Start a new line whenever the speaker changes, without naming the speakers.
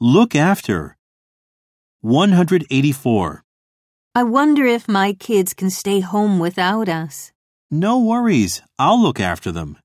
Look after. 184.
I wonder if my kids can stay home without us.
No worries, I'll look after them.